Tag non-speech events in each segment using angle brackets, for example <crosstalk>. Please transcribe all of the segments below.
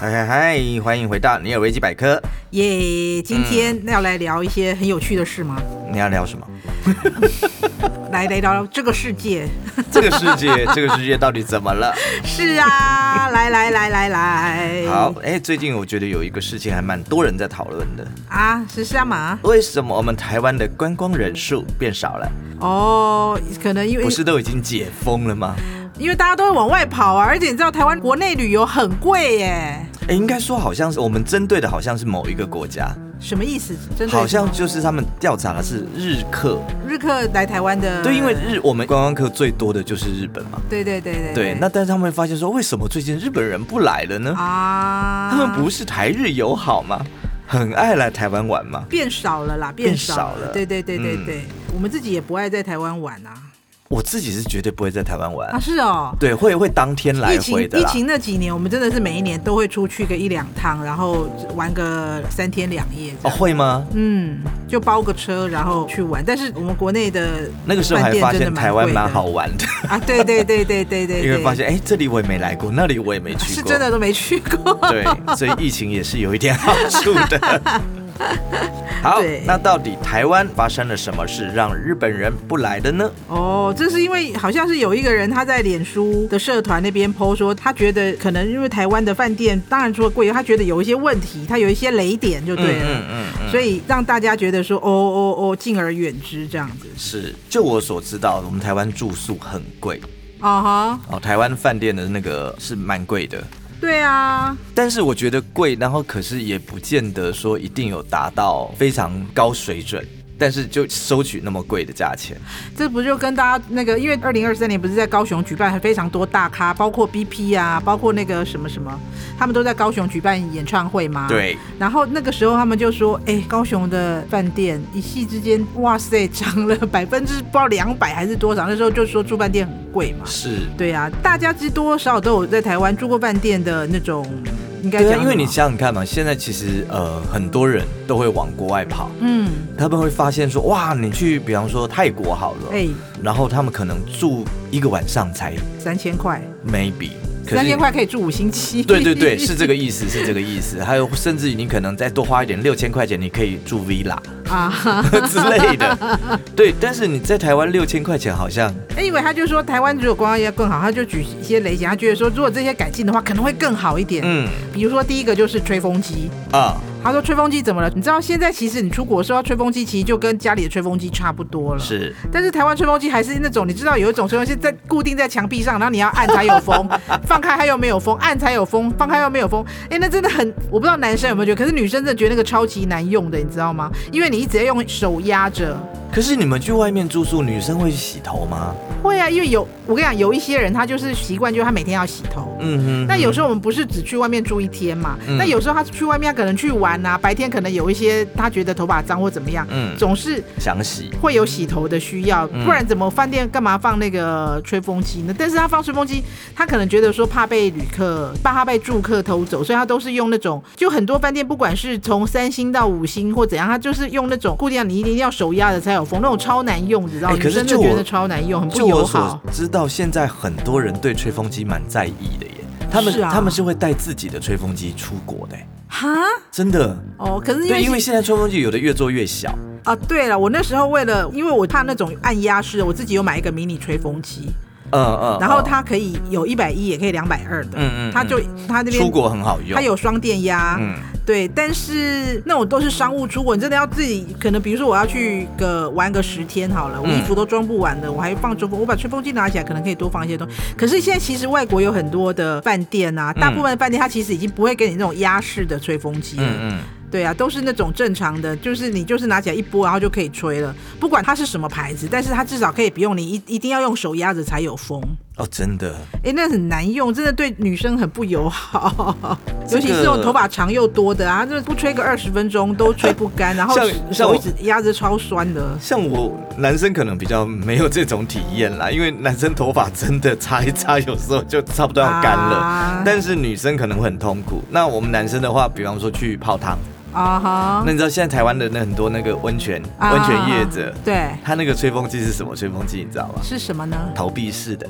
嗨，欢迎回到尼尔维基百科。耶！今嗯天要来聊一些很有趣的事吗？你要聊 <laughs> 什么？来来聊聊这个世界。 <laughs> 这个世界，这个世界到底怎么了？是 <laughs> 啊，来来来来来。好，哎，最近我觉得有一个事情还蛮多人在讨论的，啊，是干嘛？为什么我们台湾的观光人数变少了？哦，可能因为不是都已经解封了吗？因为大家都会往外跑啊，而且你知道台湾国内旅游很贵耶，哎，应该说好像是我们针对的好像是某一个国家，什么嗯意思？真的好像就是他们调查的是日客，日客来台湾的，对，因为日我们观光客最多的就是日本嘛。对对对对对，那但是他们会发现说，为什么最近日本人不来了呢？啊，他们不是台日友好吗？很爱来台湾玩吗？变少了啦，变少少了对对对对嗯对，我们自己也不爱在台湾玩啊，我自己是绝对不会在台湾玩，啊是哦。对，会会当天来疫情回的疫啦。情那几年，我们真的是每一年都会出去个一两趟，然后玩个三天两夜这哦，样。会吗？嗯，就包个车然后去玩。但是我们国内的那个时候还饭店发真的现台湾蛮好玩的，贵的啊，对对对对对对对，啊因为发现哎、这里我也没来过，那里我也没去过，是真的。都没去嗯过。对，所以疫情也是有一点好处的。 <laughs> 好对，那到底台湾发生了什么事让日本人不来的呢？ <laughs> 哦，这是因为好像是有一个人他在脸书的社团那边 PO 说，他觉得可能因为台湾的饭店，当然除了贵，他觉得有一些问题，他有一些雷点就对了，嗯嗯，所以让大家觉得说，哦哦哦，敬而远之这样子。嗯是。就我所知道，我们台湾住宿很贵啊哈，哦，台湾饭店的那个是蛮贵的。对啊，但是我觉得贵，然后可是也不见得说一定有达到非常高水准，但是就收取那么贵的价钱，这不就跟大家那个，因为二零二三年不是在高雄举办非常多大咖，包括 BP 啊，包括那个什么什么，他们都在高雄举办演唱会吗？。对，然后那个时候他们就说，哎、高雄的饭店一夕之间，哇塞，涨了 <laughs> 百分之不知道两百还是多少。那时候就说住饭店很贵嘛。是。对啊，大家其实多多少少都有在台湾住过饭店的那种，应该对讲啊，什么因为你想想看嘛，现在其实呃很多人都会往国外跑，嗯，他们会发现说，哇，你去比方说泰国好了，哎、然后他们可能住一个晚上才三千块， maybe，可是三千块可以住五星级。对对对，是这个意思，是这个意思。还有，甚至于你可能再多花一点六千块钱，你可以住 villa <laughs> 啊。 <laughs> 之类的。对，但是你在台湾六千块钱好像因为他就说台湾如果观光业更好，他就举一些雷点，他觉得说如果这些改进的话，可能会更好一点。嗯比如说第一个就是吹风机，啊，他说吹风机怎么了？你知道现在其实你出国的时候，吹风机其实就跟家里的吹风机差不多了。。是但是台湾吹风机还是那种，你知道有一种吹风机在固定在墙壁上，然后你要按才有风， <laughs> 放开它又没有风，按才有风，放开又没有风。哎、那真的很，我不知道男生有没有觉得，可是女生真的觉得那个超级难用的，你知道吗？因为你一直要用手压着。可是你们去外面住宿，女生会去洗头吗？会啊，因为有我跟你讲，有一些人他就是习惯，就是他每天要洗头。嗯哼那有时候我们不是只去外面住一天嘛？嗯那有时候他去外面，他可能去玩啊，白天可能有一些他觉得头发脏或怎么样，嗯总是想洗，会有洗头的需要，嗯不然怎么饭店干嘛放那个吹风机呢？但是他放吹风机，他可能觉得说怕被旅客、怕他被住客偷走，所以他都是用那种，就很多饭店不管是从三星到五星或怎样，他就是用那种固定，你一定要手压的才有风，那种超难用，你知道？哎吗？可女是生就就觉我得超难用，很就不友我好所。知道，现在很多人对吹风机蛮在意的耶。他们、是啊他们是会带自己的吹风机出国的耶，哈，真的。哦，可是因对，为因为现在吹风机有的越做越小，啊，对了，我那时候为了，因为我怕那种按压式的，我自己有买一个迷你吹风机，嗯嗯，然后嗯它可以有一百一，也可以两百二的，嗯嗯嗯它就它那边出国很好用，它有双电压，嗯对，但是那种都是商务出国，你真的要自己，可能比如说我要去个玩个十天好了，我嗯衣服都装不完的，我还放吹风，我把吹风机拿起来，可能可以多放一些东西。可是现在其实外国有很多的饭店啊，嗯大部分的饭店它其实已经不会给你那种压式的吹风机了，嗯嗯，对啊，都是那种正常的，就是你就是拿起来一拨，然后就可以吹了，不管它是什么牌子，但是它至少可以不用你一一定要用手压着才有风。哦，真的，哎，那很难用，真的对女生很不友好， <laughs> 这尤个其是这种头发长又多的啊，就是不吹个二十分钟都吹不干，然后像像手我一直压着超酸的。像我男生可能比较没有这种体验啦，因为男生头发真的擦一擦，有时候就差不多要干了。啊但是女生可能会很痛苦。那我们男生的话，比方说去泡汤，啊、啊哈那，你知道现在台湾的那很多那个温泉啊温泉业者，对他那个吹风机是什么吹风机？你知道吗？？是什么呢 <laughs> 投币式的，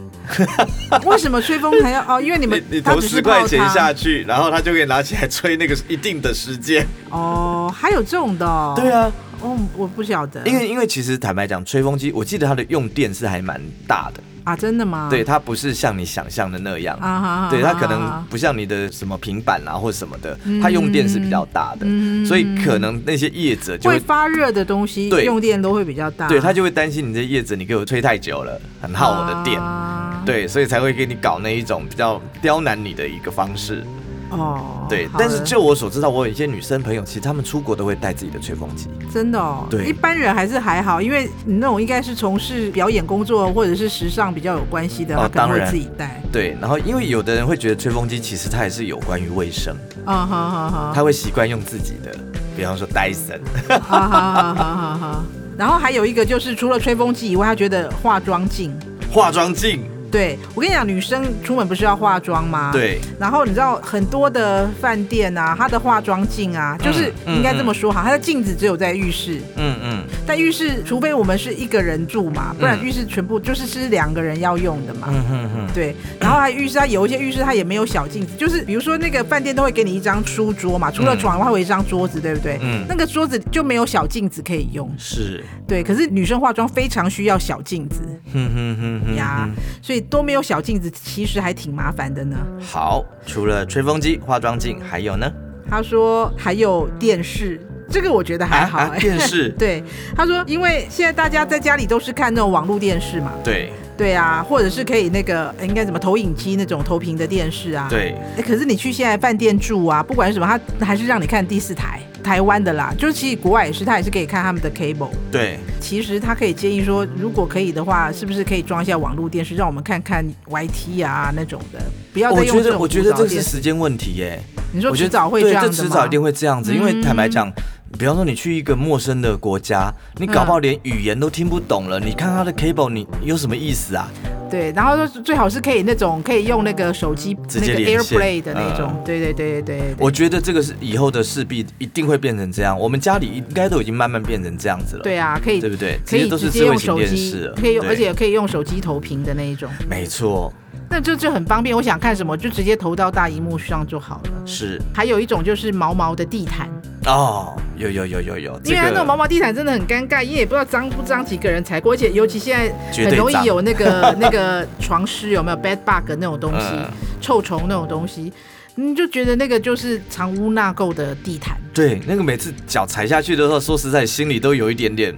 为什么吹风还要哦？因为你们你你它投只是十块泡钱汤下去，然后他就可以拿起来吹那个一定的时间。哦，还有这种的、哦？对，啊，哦，我不晓得，因为因为其实坦白讲，吹风机我记得它的用电是还蛮大的，啊，真的吗？对，它不是像你想象的那样。啊哈，对它可啊能哈不像你的什么平板啊或什么的，嗯它用电是比较大的，所以可能那些业者就会会发热的东西对用电都会比较大，对他就会担心你这叶子你给我吹太久了，很耗我的电，啊、对，所以才会给你搞那一种比较刁难你的一个方式，哦，对好。但是的就我所知道，我有一些女生朋友，其实她们出国都会带自己的吹风机，真的哦，对一般人还是还好，因为你那种应该是从事表演工作或者是时尚比较有关系的，哦他可能当会然自己带，对。然后因为有的人会觉得吹风机其实它也是有关于卫生，啊哈哈哈，他会习惯用自己的，比方说戴森， <laughs> 啊哈哈哈哈哈。然后还有一个就是，除了吹风机以外，他觉得化妆镜。化妆镜，对我跟你讲，女生出门不是要化妆吗？。对，然后你知道很多的饭店啊，它的化妆镜啊，就是嗯应该这么说哈，它的镜子只有在浴室，嗯嗯但浴室除非我们是一个人住嘛，不然嗯浴室全部就是是两个人要用的嘛。嗯哼哼，对，然后还浴室，它有一些浴室它也没有小镜子，就是比如说那个饭店都会给你一张书桌嘛，除了嗯床以外还有一张桌子，对不对？嗯那个桌子就没有小镜子可以用，是，对。可是女生化妆非常需要小镜子哼哼哼哼呀哼，所以都没有小镜子，其实还挺麻烦的呢。好，除了吹风机、化妆镜，还有呢？他说还有电视，这个我觉得还好、啊啊哎 <laughs> 电视对，他说因为现在大家在家里都是看那种网络电视嘛，对对啊，或者是可以那个哎应该怎么投影机那种投屏的电视啊。。对，哎，可是你去现在饭店住啊，不管是什么，他还是让你看第四台，台湾的啦，就是其实国外也是，他也是可以看他们的 cable。对，其实他可以建议说，如果可以的话，是不是可以装一下网络电视，让我们看看 YT 啊那种的，不要再我用觉这得种我觉古得早这电是视时间问题耶，你说我觉迟得早会这对，样嗯这子迟早一定会。会这样子，因为坦白讲。比方说，你去一个陌生的国家，你搞不好连语言都听不懂了。你看他的 cable，你有什么意思啊？对，然后就最好是可以那种可以用那个手机直那接个连线 AirPlay 的那种嗯，对对对对对对。我觉得这个是以后的势必一定会变成这样。我们家里应该都已经慢慢变成这样子了，对啊，可以对不对？可以都直是接智慧用型手电机视了，，可以用，对而且可以用手机投屏的那一种，没错，那就就很方便。我想看什么就直接投到大荧幕上就好了。是还有一种就是毛毛的地毯，哦，有有有有有，这因为它那种毛个毛地毯真的很尴尬，因为也不知道脏不脏，几个人踩过，而且尤其现在绝很对容易脏 <laughs> 有那个那个床虱有没有 bed bug 那种东西，嗯臭虫那种东西，你就觉得那个就是藏污纳垢的地毯。对那个每次脚踩下去的时候，说实在心里都有一点 <laughs> 点，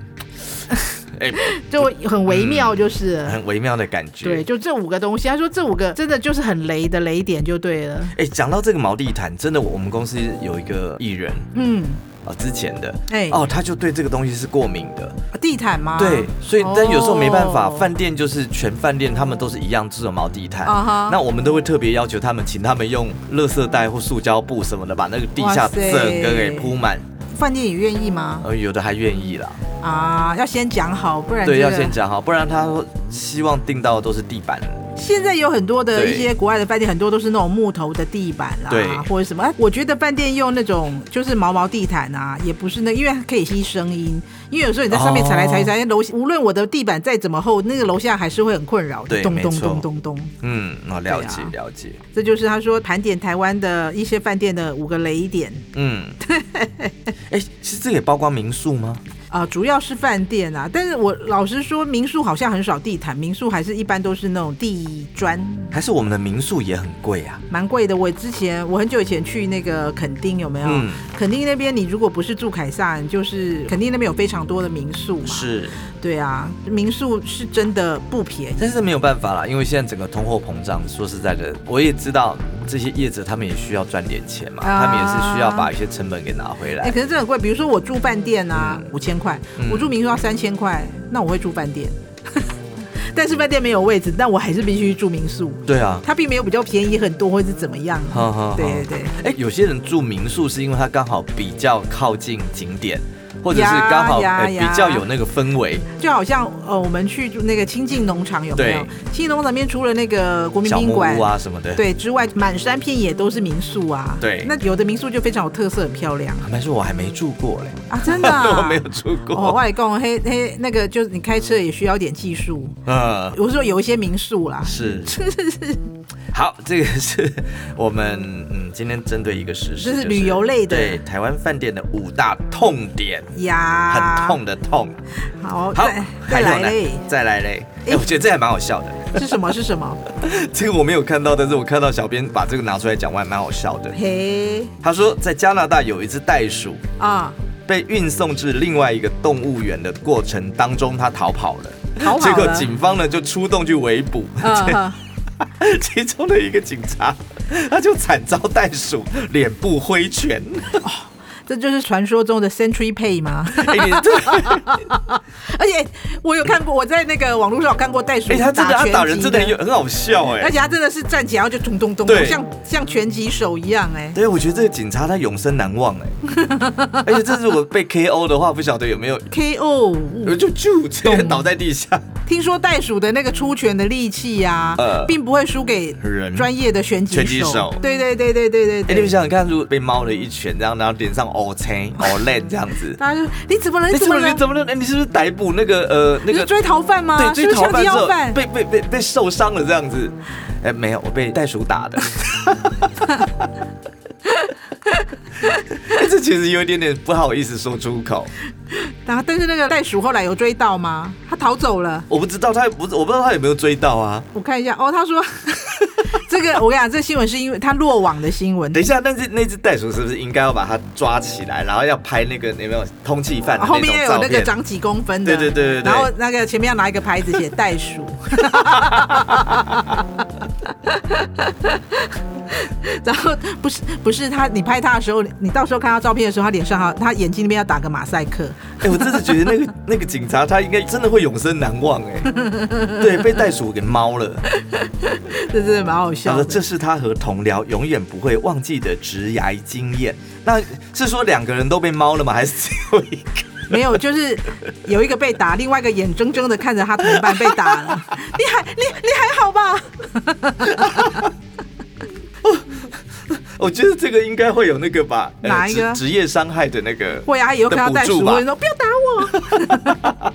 哎，就很微嗯妙，就是了、很微妙的感觉。对，就这五个东西。他说这五个真的就是很雷的雷点就对了。哎、讲到这个毛地毯，真的，我们公司有一个艺人嗯，啊、哦之前的，哎哦，他就对这个东西是过敏的，地毯吗？对，所以但有时候没办法，啊哦饭、店就是全饭店他们都是一样这种毛地毯啊哈那我们都会特别要求他们，请他们用垃圾袋或塑胶布什么的把那个地下哇塞整个给铺满，饭店也愿意吗？呃，有的还愿意啦，啊，要先讲好，不然对，这要个先。讲哈，不然他说希望订到的都是地板，现在有很多的对一些国外的饭店，很多都是那种木头的地板啦，对或者什么。哎我觉得饭店用那种就是毛毛地毯啊，也不是那，因为它可以吸声音。因为有时候你在上面踩来踩哦去踩去，楼无论我的地板再怎么厚，那个楼下还是会很困扰的，对咚没咚错咚咚咚。嗯，哦，了解、对啊了解，这就是他说盘点台湾的一些饭店的五个雷点嗯， <laughs> 哎、其实这也包括民宿吗？啊、主要是饭店啊。但是我老实说，民宿好像很少地毯，民宿还是一般都是那种地砖，还是我们的民宿也很贵啊？蛮贵的。我之前我很久以前去那个垦丁，有没有？嗯垦丁那边你如果不是住凯撒，你就是垦丁那边有非常多的民宿嘛。，是，对啊，民宿是真的不便宜。但是没有办法啦，因为现在整个通货膨胀，说实在的，我也知道这些业者他们也需要赚点钱嘛，啊他们也是需要把一些成本给拿回哎、来。可是真的很贵。比如说我住饭店啊，嗯五千块；我住民宿要三千块，那我会住饭店。 <laughs> 但是饭店没有位置，但我还是必须住民宿。对啊，它并没有比较便宜很多，或是怎么样。好好好对对对，哎、有些人住民宿是因为他刚好比较靠近景点，或者是刚好呀哎呀比较有那个氛围，就好像呃，我们去那个清境农场有没有对？清境农场边除了那个国民小宾木馆屋啊什么的。对之外，满山遍野都是民宿啊。对那有的民宿就非常有特色，很漂 <laughs> 亮坦白说，我还没住过嘞，啊，真的、啊。 <laughs> 我没有住哦，过。外公，嘿嘿，那个就是你开车也需要点技术。嗯，我是说有一些民宿啦， <laughs> 是好，这个是我们嗯今天针对一个时事，就是旅游类的对台湾饭店的五大痛点，呀，很。痛的痛。好，好再，啊再还有来呢嘞，，再来嘞。哎、哎我觉得这还蛮好笑的。 <laughs> 是什么？是什么？这个我没有看到，但是我看到小编把这个拿出来讲，我还蛮好笑的。嘿他说，在加拿大有一只袋鼠 <laughs> 啊，被运送至另外一个动物园的过程当中，它逃跑了。逃跑结果了警方呢就出动去围捕，嗯， <laughs> 其中的一个警察，他就惨遭袋鼠脸部挥 <laughs> 拳。这就是传说中的 Century Pay 吗？ <laughs> 哎、你 <laughs> 这，而且我有看过，我在那个网络上有看过袋鼠哎、他真的他拳打人击真的很有很好笑哎、而且他真的是站起来然后就咚咚咚，对像像拳击手一样哎、对，我觉得这个警察他永生难忘 <laughs> 哎、而且这如果被 KO 的话，不晓得有没有 KO，我就就直接倒在地下。听说袋鼠的那个出拳的力气呀、呃并不会输给人专业的拳击拳击手对对对对对对哎、对。，你们想想看，如果被猫了一拳，这样，然后脸上凹青、凹烂这样子大家就你怎么了？你怎怎么么了了？你怎么了？哎你是不是逮捕那个呃那你是个？追逃犯吗？对，是追啊不逃犯是枪之击要后犯？被被被被受伤了这样子。哎、没有，我被袋鼠打的。 <laughs> 哎这其实有一点点不好意思说出口，然后但是那个袋鼠后来有追到吗？他逃走了。我不知道他不，我不知道他有没有追到啊。我看一下哦，他说 <laughs> 这个我跟你讲，这新闻是因为他落网的新闻等。一下，但是那只袋鼠是不是应该要把它抓起来，然后要拍那个有没有通缉犯的后那面种要照有那个片？长几公分的，对对对对对然后那个前面要拿一个牌子写袋鼠， <laughs> 然后不是不是他，你拍他的时候，你到时候看他照片的时候，他脸上还他眼睛那边要打个马赛克，哎、我真的觉得那个那个警察他应该真的会永生难忘 <laughs> 哎、对，被袋鼠给猫了。这真的蛮好他笑说的。这是他和同僚永远不会忘记的职涯经验。那是说两个人都被猫了吗？还是只有一个？没有，就是有一个被打，另外一个眼睁睁的看着他同伴被打了。你还你你还好吧？我觉得这个应该会有那个 <laughs> 吧，呃哪一个职职业伤害的那个？我呀，以后看到袋的补鼠，助吧我就说不要打我。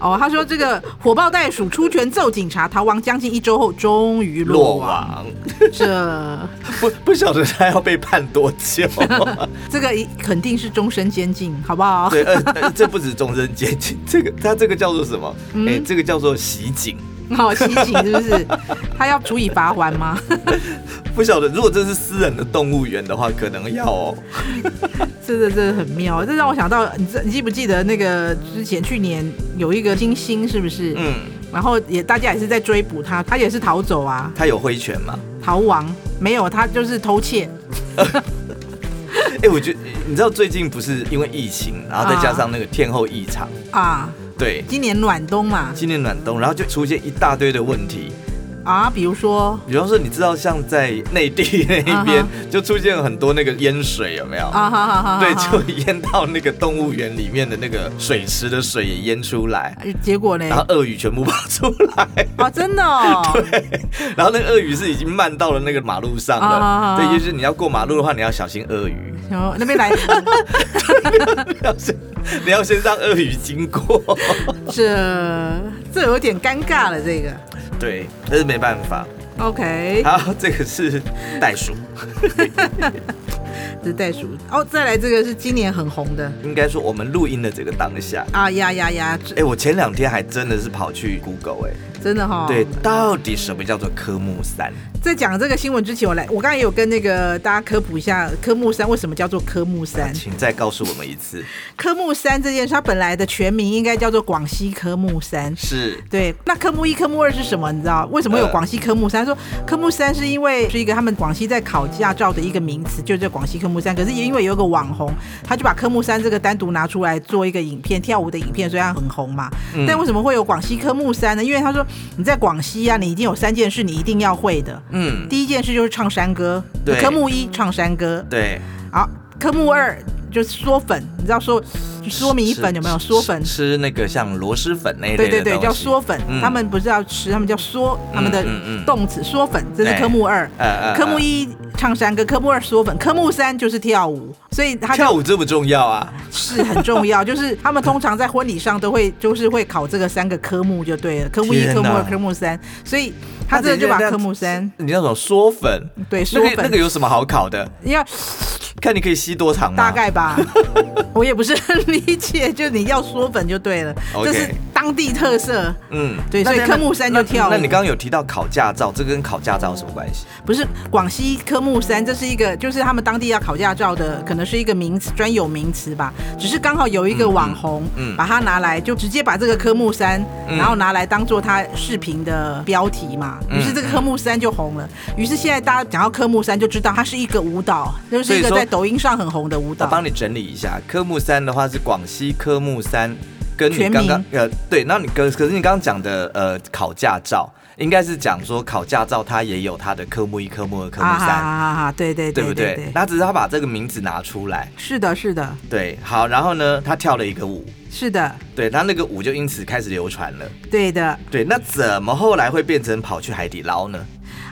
哦， <laughs> 他说这个火爆袋鼠出拳揍警察，逃亡将近一周后终于落落网。网，这不不晓得他要被判多久。 <laughs> 这个一肯定是终身监禁，好不好？对，呃，呃这不止终身监禁，这个他这个叫做什么？哎、嗯这个叫做袭警。好袭警是不是？他要处以罚还吗？ <laughs> 不晓得，如果这是私人的动物园的话，可能要哦。这个真的很妙，这让我想到，你知你记不记得那个之前去年有一个金星是不是？嗯，然后也大家也是在追捕他，他也是逃走啊，他有挥拳吗？逃亡没有，他就是偷窃。哎、我觉得你知道最近不是因为疫情，然后再加上那个天候异常，啊，对，今年暖冬嘛，今年暖冬，然后就出现一大堆的问题。啊，比如说比方说，你知道像在内地那一边啊就出现了很多那个淹水，有没有？啊，哈哈哈，对，哈就淹到那个动物园里面的那个水池的水也淹出来，哎结果呢然？后鳄鱼全部跑出来。 <laughs> 啊，真的哦，然后那个鳄鱼是已经漫到了那个马路上啊啊了，啊对，就是你要过马路的话，你要小心鳄鱼， <laughs> 然后那边来呃你要先你要先让鳄鱼经过， <laughs> 这这有点尴尬了，这个对，但是没办法。 OK，好，这个是袋鼠，这袋鼠哦，再来这个是今年很红的应该说我们录音的这个当下。啊呀呀呀，这哎、我前两天还真的是跑去 Google 哎、真的哈、对，，到底什么叫做科目三？在讲这个新闻之前，我来，我刚才有跟那个大家科普一下科目三为什么叫做科目三。请再告诉我们一次。科目三这件事，它本来的全名应该叫做广西科目三。是，对，那科目一、科目二是什么？你知道为什么有呃广西科目三？说科目三是因为是一个他们广西在考驾照的一个名词，就叫广西科目三。可是也因为有一个网红，他就把科目三这个单独拿出来做一个影片，跳舞的影片，虽然很红嘛。嗯但为什么会有广西科目三呢？因为他说你在广西啊，你一定有三件事你一定要会的。嗯，第一件事就是唱山歌对，科目一唱山歌，对，好，科目二就是缩粉，你知道缩缩米粉有没有缩粉？吃那个像螺蛳粉那一类的对对对，东叫西缩粉，嗯他们不是要吃，他们叫缩，他们的嗯嗯嗯动词缩粉，这是哎科目二。呃呃科目一唱山歌，科目二缩粉，科目三就是跳舞，所以他跳舞这么重要啊？是很 <laughs> 重要，就是他们通常在婚礼上都会就是会考这个三个科目就对了，科目一、天科目哪二、科目三，所以他这个就把科目三你那种缩粉，对那缩个那粉个，有什么好考的？要看你可以吸多长吗？大 <laughs> 概吧，我也不是很理解，就你要缩粉就对了， OK 这是当地特色。嗯，对那所以那科目三就那跳舞那你刚刚有提到考驾照，这跟考驾照有什么关系？不是广西科目三，这是一个就是他们当地要考驾照的，可能是一个名词专有名词吧。只是刚好有一个网红，嗯嗯把它拿来就直接把这个科目三，嗯然后拿来当做他视频的标题嘛。嗯于是这个科目三就红了。于是现在大家讲到科目三，就知道它是一个舞蹈，就是一所以个说在抖音上很红的舞我蹈。啊帮你整理一下，科目三的话是广西科目三，跟你全刚刚名呃对，那你可可是你刚刚讲的呃考驾照，应该是讲说考驾照它也有它的科目一、科目二、科目啊哈三，哈哈！对对对对不对对？那只是他把这个名字拿出来，是的，是的，对，好，然后呢，他跳了一个舞，是的，对他那个舞就因此开始流传了。对的。对，那怎么后来会变成跑去海底捞呢？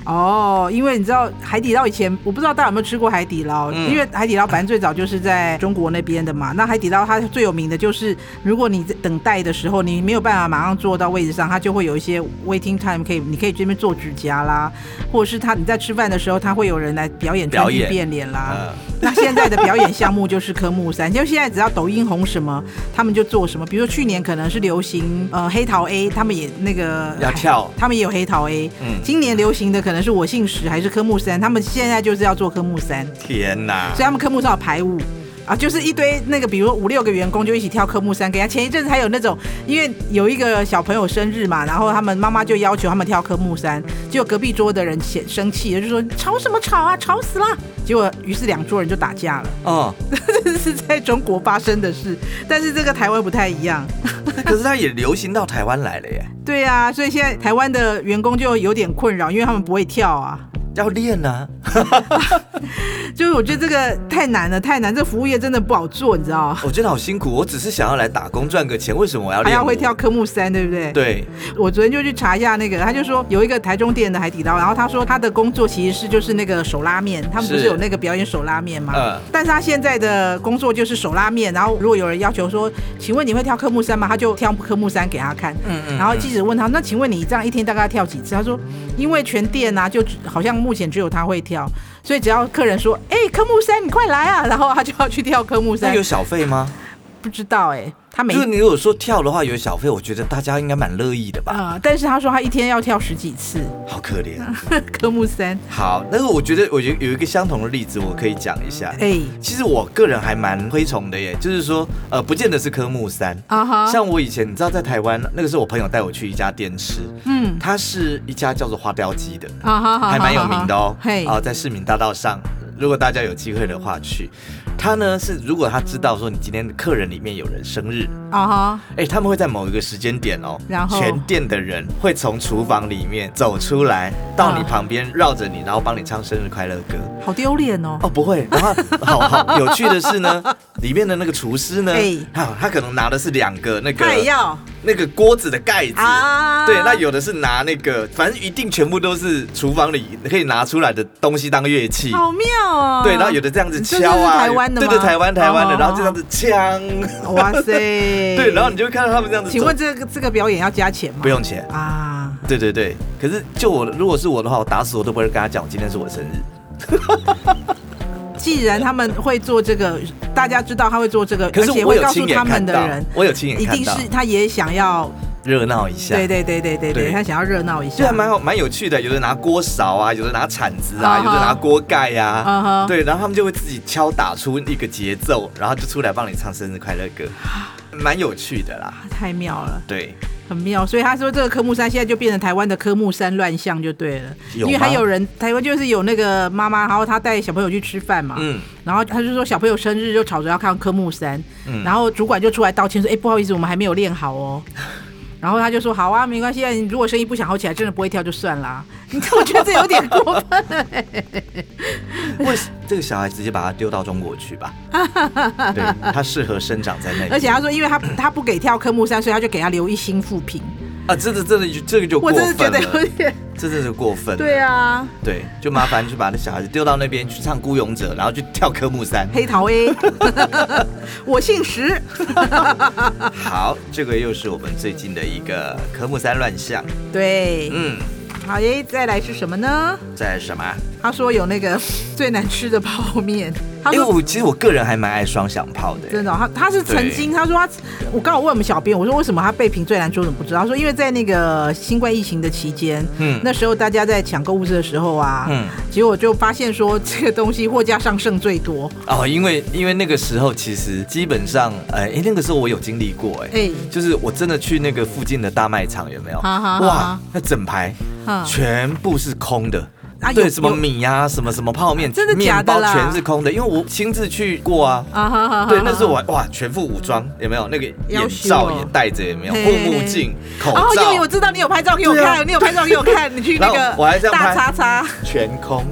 哦，因为你知道海底捞以前，我不知道大家有没有吃过海底捞，嗯因为海底捞反正最早就是在中国那边的嘛。那海底捞它最有名的就是，如果你在等待的时候，你没有办法马上坐到位置上，它就会有一些 waiting time，可以你可以这边做指甲啦，或者是他你在吃饭的时候，他会有人来表演表川演剧变脸啦。呃，那现在的表演项目就是科目三，就现在只要抖音红什么，他们就做什么。比如说去年可能是流行呃黑桃 A，他们也那个要跳他们也有黑桃 A。嗯今年流行的可能是我姓石还是科目三，他们现在就是要做科目三，天哪所以！他们科目上有排舞。啊，就是一堆那个，比如说五六个员工就一起跳科目三，给他前一阵子还有那种，因为有一个小朋友生日嘛，然后他们妈妈就要求他们跳科目三，结果隔壁桌的人嫌生气了，就说吵什么吵啊，吵死啦！结果于是两桌人就打架了。哦，这 <laughs> 是在中国发生的事，但是这个台湾不太一样。可是它也流行到台湾来了耶，对啊，所以现在台湾的员工就有点困扰，因为他们不会跳啊。要练啊。就是我觉得这个太难了，太难，这服务业真的不好做，你知道吗？ <laughs> 我觉得好辛苦，我只是想要来打工赚个钱，为什么我要还练？要会跳。科目三，对不对？。啊对，我昨天就去查一下那个，他就说有一个台中店的海底捞，然后他说他的工作其实是就是那个手拉面，他们不是是有那个表演手拉面吗？嗯但是他现在的工作就是手拉面，然后如果有人要求说，请问你会跳科目三吗？他就跳科目三给他看，嗯嗯然后记者问他，那请问你这样一天大概要跳几次？他说，因为全店啊，就只好像目前只有他会跳，所以只要客人说，哎、科目三你快来啊，然后他就要去跳科目那三有，小费吗？不知道哎、他没就是你如果说跳的话有小费，我觉得大家应该蛮乐意的吧。啊、但是他说他一天要跳十几次好可怜。嗯科目三，好，那个我觉得，我觉得有一个相同的例子，我可以讲一下。哎、其实我个人还蛮推崇的耶，就是说，呃，不见得是科目三。啊哈，像我以前，你知道，在台湾那个时候，我朋友带我去一家店吃，嗯，它是一家叫做花雕鸡的，啊哈，哈还蛮有名的哦。嘿，啊，在市民大道上，如果大家有机会的话去，他呢是如果他知道说你今天客人里面有人生日，啊哈，哎，他们会在某一个时间点哦，然后全店的人会从厨房里面走出来，到你啊旁边绕着你，然后帮你唱生日快乐歌。好丢脸哦，哦，不会。然 <laughs> 后，好好有趣的是呢，里面的那个厨师呢哎，啊，他可能拿的是两个那个他也要那个锅子的盖子。啊，对，那有的是拿那个，反正一定全部都是厨房里可以拿出来的东西当乐器。好妙哦，对，然后有的这样子你这个敲啊，是台湾的对吗对，台湾台湾的，哦然后这样子枪，哇 <laughs> 塞，对，对然后你就会看到他们这样子走。请问这个这个表演要加钱吗？不用钱？啊，对对对，可是就我如果是我的话，我打死我都不会跟他讲今天是我生日。既然他们会做这个，大家知道他会做这个，可是而且我会有告诉亲眼他看们的到人，，我有亲眼一看定到，是他也想要，热闹一下。对对对对对对，对他想要热闹一就下，还蛮好，蛮有趣的。有的拿锅勺啊，有的拿铲子啊啊哈有的拿锅盖呀、啊哈对，然后他们就会自己敲打出一个节奏，然后就出来帮你唱生日快乐歌，啊蛮有趣的啦。太妙了，对，很妙。所以他说这个科目三现在就变成台湾的科目三乱象就对了，有因吗为还有人台湾就是有那个妈妈，然后她带小朋友去吃饭嘛，嗯，然后他就说小朋友生日就吵着要看科目三，嗯 <laughs> 然后主管就出来道歉说：“哎、不好意思，我们还没有练好哦。”然后他就说好啊，没关系啊，你如果生意不想好起来，真的不会跳就算啦。 <laughs> 我觉得这有点过分了、为什这个小孩直接把他丢到中国去 <laughs> 吧？对他适合生长在那里。而且他说，因为他他不给跳科目三，所以他就给他留一星负评。啊，真的真的就这个就过我真的分觉得有啊了，点这真的是过分。对，啊，对，就麻烦就把那小孩子丢到那边去唱《孤勇者》，然后去跳科目三。黑桃 A，我姓石。好，这个又是我们最近的一个科目三乱象。对，嗯，好耶，再来是什么呢？再来什么啊？他说有那个最难吃的泡面。他因为说我其实我个人还蛮爱双响炮的。真的哦、他他是曾经他说他，我刚好问我们小编，我说为什么他被评最难吃，我怎么不知道？他说因为在那个新冠疫情的期间，嗯那时候大家在抢购物资的时候啊，嗯结果就发现说这个东西货架上剩最多，哦，因为因为那个时候其实基本上，哎、哎，那个时候我有经历过、哎、哎就是我真的去那个附近的大卖场，有没有？哈哈哈哇，那整排嗯全部是空的。啊有对，什么有米呀、什么什么泡面，真的假面的包啦全是空的，因为我亲自去过啊。啊哈哈哈对，那时候我哇，全副武装，有没有？那个要眼修罩哦也戴着，有没有？嘿护目镜、口哦，罩有有，我知道你有拍照给我对啊看，你有拍照给我看，你去那然个后我还这样大拍叉叉，全空。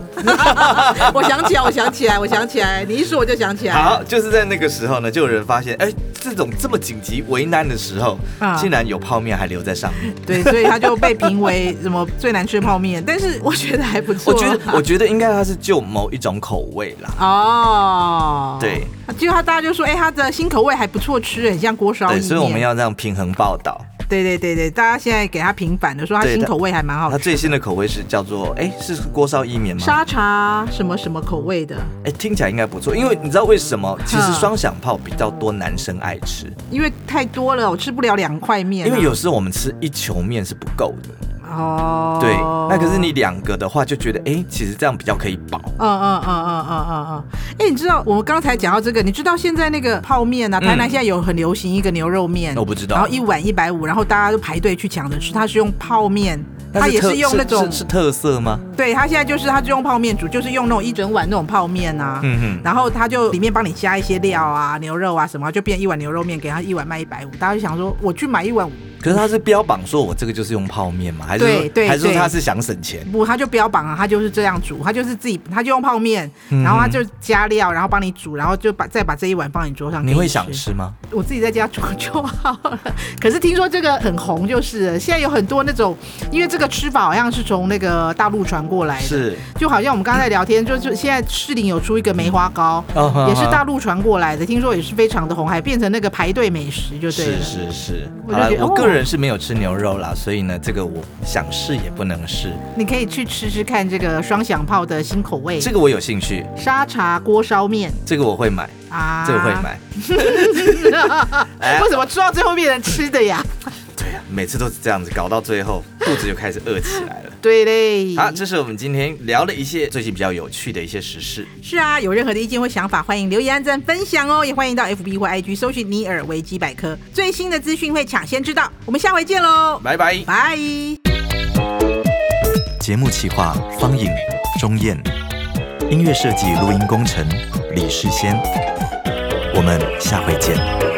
我想起来，我想起来，我想起来，你一说我就想起来。好，就是在那个时候呢，就有人发现，哎、这种这么紧急为难的时候，啊竟然有泡面还留在上面。对，所以他就被评为什么最难吃泡面，但是我觉得还不错。啊我觉得，我觉得应该它是就某一种口味啦。哦，对，结果他大家就说，哎、他的新口味还不错吃，很像锅烧意对，面。所以我们要这样平衡报道。对对对对，大家现在给他平反的说，他对新的口味还蛮好它吃。最新的口味是叫做，哎、是锅烧意面吗？沙茶什么什么口味的，哎、听起来应该不错，因为你知道为什么？其实嗯双响炮比较多男生爱吃，因为太多了，我吃不了两块面啊、因为有时候我们吃一球面是不够的。哦，对，那可是你两个的话，就觉得哎、其实这样比较可以饱。嗯嗯嗯嗯嗯嗯嗯，哎、你知道我们刚才讲到这个，你知道现在那个泡面啊，台南嗯现在有很流行一个牛肉面，我不知道然后一碗一百五，然后大家都排队去抢着吃，它是用泡面，它也特是用那种是是是特色吗？对他现在就是他就用泡面煮，就是用那种一整碗那种泡面啊，嗯然后他就里面帮你加一些料啊、牛肉啊什么，就变一碗牛肉面，给他一碗卖一百五，大家就想说我去买一碗。哼，可是他是标榜说我这个就是用泡面嘛，还是对说对还是说对他是想省钱？不，他就标榜啊，他就是这样煮，他就是自己，他就用泡面，嗯然后他就加料，然后帮你煮，然后就把再把这一碗放你桌上给你你会想吃？吃吗？我自己在家煮就好了。可是听说这个很红，就是了现在有很多那种，因为这个吃法好像是从那个大陆传过来的，是，就好像我们刚才聊天，就是现在士林有出一个梅花糕，哦哈哈也是大陆传过来的，听说也是非常的红，还变成那个排队美食就对是了。是是。我好就了觉，得我哦个人是没有吃牛肉啦，所以呢，这个我想试也不能试。你可以去吃吃看这个双响炮的新口味，这个我有兴趣，沙茶锅烧面这个我会买，啊，这个会。 <laughs> 买。哎为什么吃到最后变成吃的呀？对呀、每次都是这样子，搞到最后肚子就开始饿起 <laughs> 来了。对嘞。好，这是我们今天聊的一些最近比较有趣的一些时事。是啊，有任何的意见或想法，欢迎留言、按赞、分享哦，也欢迎到 FB 或 IG 搜寻尼尔维基百科，最新的资讯会抢先知道。我们下回见喽，拜拜。拜。节目企划：方颖、钟燕，音乐设计、录音工程：李世先。我们下回见。